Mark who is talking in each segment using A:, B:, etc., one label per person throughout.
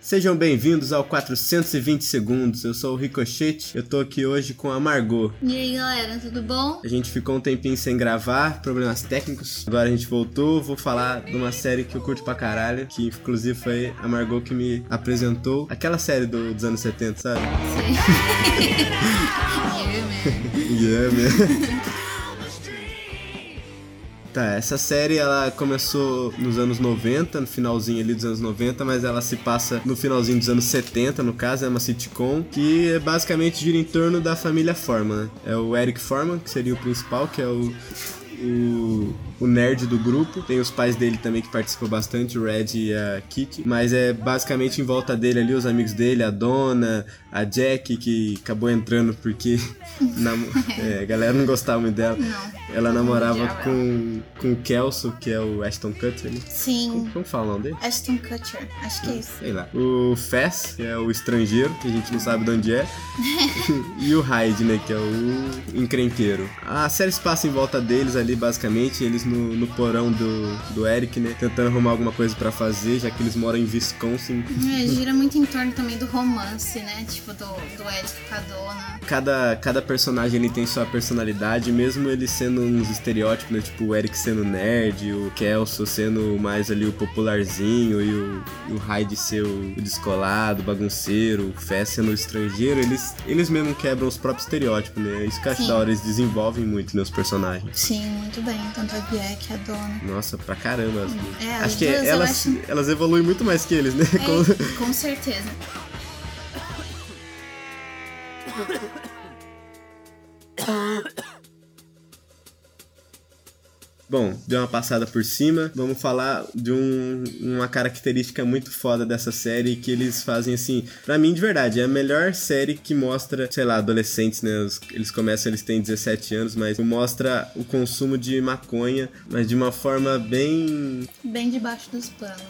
A: Sejam bem-vindos ao 420 Segundos. Eu sou o Ricochete, eu tô aqui hoje com a Margot.
B: E aí, galera, tudo bom?
A: A gente ficou um tempinho sem gravar, problemas técnicos. Agora a gente voltou. Vou falar de uma série que eu curto pra caralho, que inclusive foi a Margot que me apresentou. Aquela série do- dos anos 70, sabe?
B: Yeah, man.
A: Yeah, man. Tá, essa série ela começou nos anos 90, no finalzinho ali dos anos 90, mas ela se passa no finalzinho dos anos 70, no caso, é uma sitcom que é basicamente gira em torno da família Forman. né? É o Eric Forman, que seria o principal, que é o, o, o nerd do grupo. Tem os pais dele também que participam bastante, o Red e a Kiki. Mas é basicamente em volta dele ali, os amigos dele, a dona, a Jack, que acabou entrando porque namo- é, a galera não gostava muito dela.
B: Não.
A: Ela namorava
B: Odiava
A: com, com o Kelso, que é o Ashton Kutcher, né?
B: Sim.
A: Como fala o nome dele?
B: Ashton Kutcher, um acho que é isso.
A: Sei lá. O Fess, que é o estrangeiro, que a gente não sabe de onde é. e o Hyde, né? Que é o encrenqueiro. A série se passa em volta deles ali, basicamente. Eles no, no porão do, do Eric, né? Tentando arrumar alguma coisa pra fazer, já que eles moram em Wisconsin.
B: É, gira muito em torno também do romance, né? Tipo, do, do Eric com a dona.
A: Cada, cada personagem ele tem sua personalidade, mesmo ele sendo uns estereótipos, né? Tipo o Eric sendo nerd, o Kelso sendo mais ali o popularzinho e o, e o Hyde ser o, o descolado, bagunceiro, o Fé sendo o estrangeiro, eles, eles mesmo quebram os próprios estereótipos, né? Isso que eu acho
B: Sim.
A: da hora, eles desenvolvem muito nos personagens.
B: Sim, muito bem. Tanto a Jack, a dona.
A: Nossa, pra caramba. as duas.
B: É, as
A: acho que
B: duas, eu
A: elas,
B: acho-
A: elas evoluem muito mais que eles, né? Como-
B: É, com certeza.
A: Bom, deu uma passada por cima. Vamos falar de um- uma característica muito foda dessa série que eles fazem assim. Pra mim, de verdade, é a melhor série que mostra, sei lá, adolescentes, né? Os- Eles começam, eles têm 17 anos, mas mostra o consumo de maconha, mas de uma forma bem
B: Bem debaixo dos panos.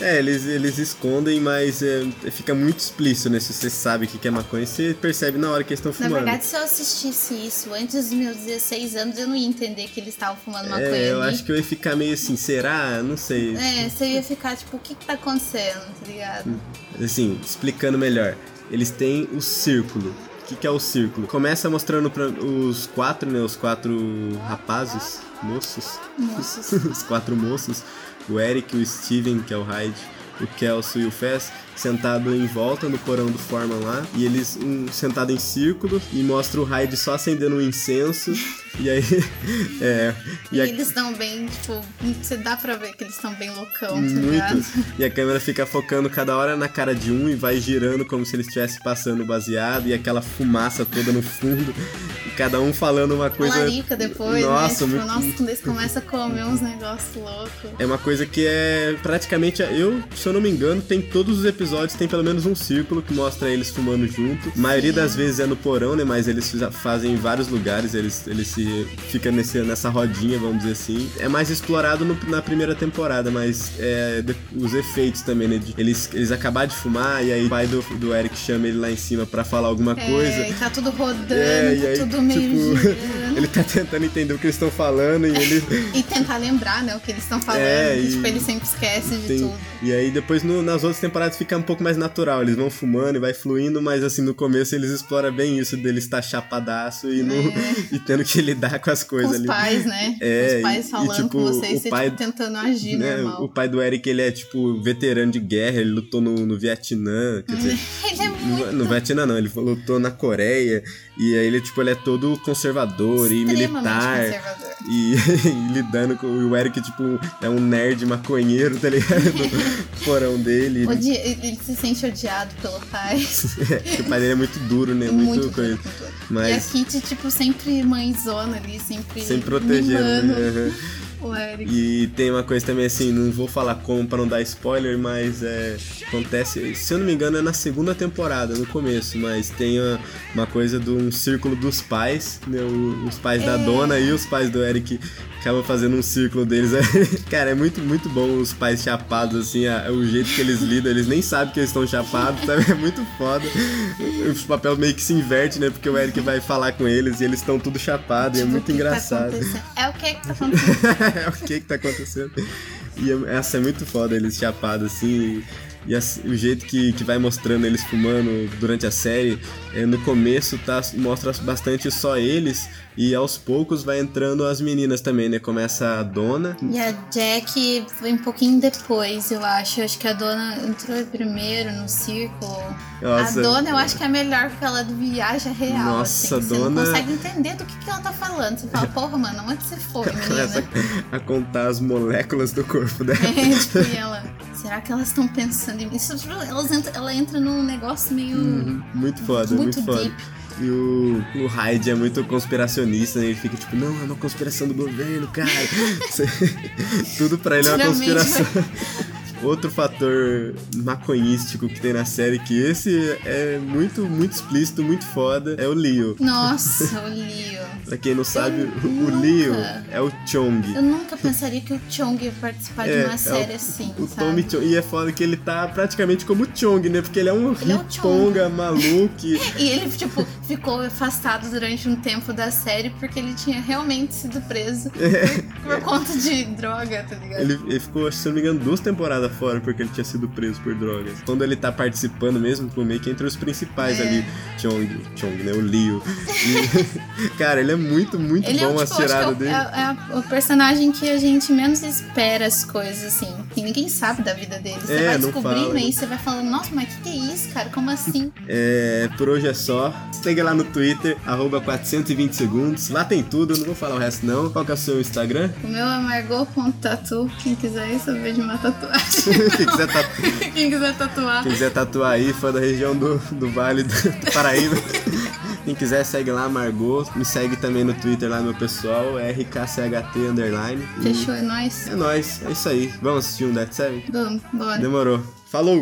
A: é, eles, eles escondem, mas é, fica muito explícito, né? Se você sabe o que que é maconha, você percebe na hora que eles estão
B: Na
A: fumando.
B: verdade, se eu assistisse isso antes dos meus 16 anos, eu não ia entender que eles estavam fumando maconha
A: é, eu
B: ali.
A: acho que eu ia ficar meio assim, será? Não sei.
B: É, você ia ficar tipo, o que que tá acontecendo, tá ligado?
A: assim, explicando melhor. Eles têm o círculo. O que, que é o círculo? Começa mostrando pra os quatro, né? Os quatro rapazes, moços.
B: Moços.
A: os quatro moços. O Eric, o Steven, que é o Hyde, o Kelso e o Fess, sentado em volta no porão do Forman lá. E eles um, sentado em círculo e mostra o Hyde só acendendo um incenso. e aí. é.
B: E,
A: a-
B: eles estão bem, tipo, você dá pra ver que eles estão bem loucão, tá ligado?
A: Muito. E a câmera fica focando cada hora na cara de um e vai girando como se ele estivesse passando baseado e aquela fumaça toda no fundo. E cada um falando uma coisa.
B: Larica depois,
A: Nossa,
B: né? Tipo,
A: muito-
B: nossa, quando eles começam a comer uns negócios loucos.
A: É uma coisa que é praticamente. Eu, se eu não me engano, tem todos os episódios, tem pelo menos um círculo que mostra eles fumando junto. A maioria das vezes é no porão, né? Mas eles fiza- fazem em vários lugares, eles, eles se ficam nesse, nessa rodinha, vamos dizer assim. É mais explorado no- na primeira temporada, mas é, de- os efeitos também, né? De- eles, eles acabaram de fumar e aí o pai do, do Eric chama ele lá em cima pra falar alguma coisa.
B: É, e tá tudo rodando,
A: É, e
B: tá
A: aí,
B: tudo meio
A: tipo,
B: girando.
A: ele tá tentando entender o que eles estão falando e ele.
B: E tentar lembrar, né, o que eles estão falando.
A: É,
B: que,
A: e-
B: Tipo, ele sempre esquece de
A: Tem-
B: tudo.
A: E aí depois no- nas outras temporadas fica um pouco mais natural. Eles vão fumando e vai fluindo, mas assim, no começo eles exploram bem isso dele estar chapadaço e, não,
B: É.
A: e tendo que lidar com as
B: Com
A: coisas
B: os
A: ali.
B: pais, né?
A: É,
B: os pais
A: e-
B: falando
A: e, tipo,
B: com você
A: o
B: e você
A: pai-
B: tipo, tentando agir
A: né?
B: normal.
A: O pai do Eric, ele é tipo veterano de guerra, ele lutou no, no Vietnã, quer dizer,
B: Ele é muito
A: no, no Vietnã não, ele lutou na Coreia, e aí ele, tipo, ele é todo conservador e
B: extremamente
A: militar.
B: conservador.
A: E, e lidando com e o Eric, tipo, é um nerd maconheiro, tá ligado? No porão dele. ele-
B: Odi- Ele, ele se sente odiado pelo pai.
A: Porque o pai dele é muito duro, né? Muito,
B: muito
A: coisa.
B: duro, muito duro.
A: Mas
B: E assim, a Kitty, tipo, sempre mãezona ali, sempre.
A: sem proteger.
B: mimando
A: Né? Aham.
B: O Eric.
A: E tem uma coisa também assim, não vou falar como pra não dar spoiler, mas é, acontece, se eu não me engano, é na segunda temporada, no começo, mas tem uma, uma coisa de um círculo dos pais, né? O- os pais da
B: É.
A: dona e os pais do Eric acabam fazendo um círculo deles. Cara, é muito, muito bom os pais chapados, assim, a- o jeito que eles lidam, eles nem sabem que eles estão chapados, sabe? É muito foda. Os papéis meio que se inverte, né? Porque o Eric vai falar com eles e eles estão tudo chapados, e é
B: Tipo,
A: muito
B: o que que tá
A: engraçado.
B: acontecendo? é o que que tá acontecendo?
A: é o que que tá acontecendo? E eu- essa é muito foda, eles chapados assim. e- E a- o jeito que, que vai mostrando eles fumando durante a série, é, no começo tá, mostra bastante só eles, e aos poucos vai entrando as meninas também, né? Começa a dona,
B: E a Jack foi um pouquinho depois, eu acho. Eu acho que a dona entrou primeiro no círculo.
A: Nossa.
B: a dona eu acho que é melhor porque ela viaja real.
A: Nossa,
B: assim,
A: dona-
B: Você não consegue entender do que, que ela tá falando. Você fala, porra, mano, onde você foi,
A: começa
B: menina?
A: a contar as moléculas do corpo dela.
B: É, tipo, e ela. Será que elas estão pensando em mim? Isso, tipo, elas entram, ela entra num negócio meio.
A: Uhum, Muito foda, muito,
B: muito
A: foda.
B: deep.
A: E o, o Hyde é muito conspiracionista, né? Ele fica tipo, não, é uma conspiração do governo, cara. Você- Tudo pra ele é uma
B: Geralmente,
A: conspiração. Outro fator maconhístico que tem na série, que esse é muito, muito explícito, muito foda, é o Leo.
B: Nossa, o Leo.
A: Pra quem não sabe, o
B: nunca-
A: Leo é o Chong.
B: Eu nunca pensaria que o Chong ia participar
A: É,
B: de
A: é
B: uma
A: o-
B: série assim,
A: O
B: sabe?
A: Tommy Chong. E é foda que ele tá praticamente como o Chong, né? Porque ele é um
B: Ele é o
A: riponga maluco.
B: E ele, tipo, ficou afastado durante um tempo da série porque ele tinha realmente sido preso
A: É.
B: por, por conta de droga, tá ligado?
A: Ele, ele ficou, se eu não me engano, duas temporadas fora porque ele tinha sido preso por drogas. Quando ele tá participando mesmo, foi meio que entre os principais
B: É.
A: ali. Chong, Chong, né? O Leo. E, cara, ele é muito, muito
B: Ele é
A: bom
B: o
A: as
B: tipo, acho que é
A: tiradas
B: o,
A: dele.
B: é, é o personagem que a gente menos espera as coisas, assim. E ninguém sabe da vida dele. Você
A: É,
B: vai
A: não
B: descobrindo
A: fala.
B: aí, você vai falando, nossa, mas o que, que é isso, cara? Como assim?
A: É, por hoje é só. Segue lá no Twitter, arroba 420 segundos. Lá tem tudo, não vou falar o resto não. Qual que é o seu Instagram?
B: O meu é Margot.tatu. Quem quiser isso, eu vejo uma tatuagem.
A: quem, quiser tá tatu-
B: Quem quiser tatuar.
A: quem quiser tatuar aí, fã da região do, do Vale do, do Paraíba. Quem quiser, segue lá, Margot. Me segue também no Twitter lá, meu pessoal, RKCHT underline. E-
B: Fechou, é nóis.
A: É nóis, é isso aí. Vamos assistir um Dead Seven?
B: Vamos, bora.
A: Demorou. Falou!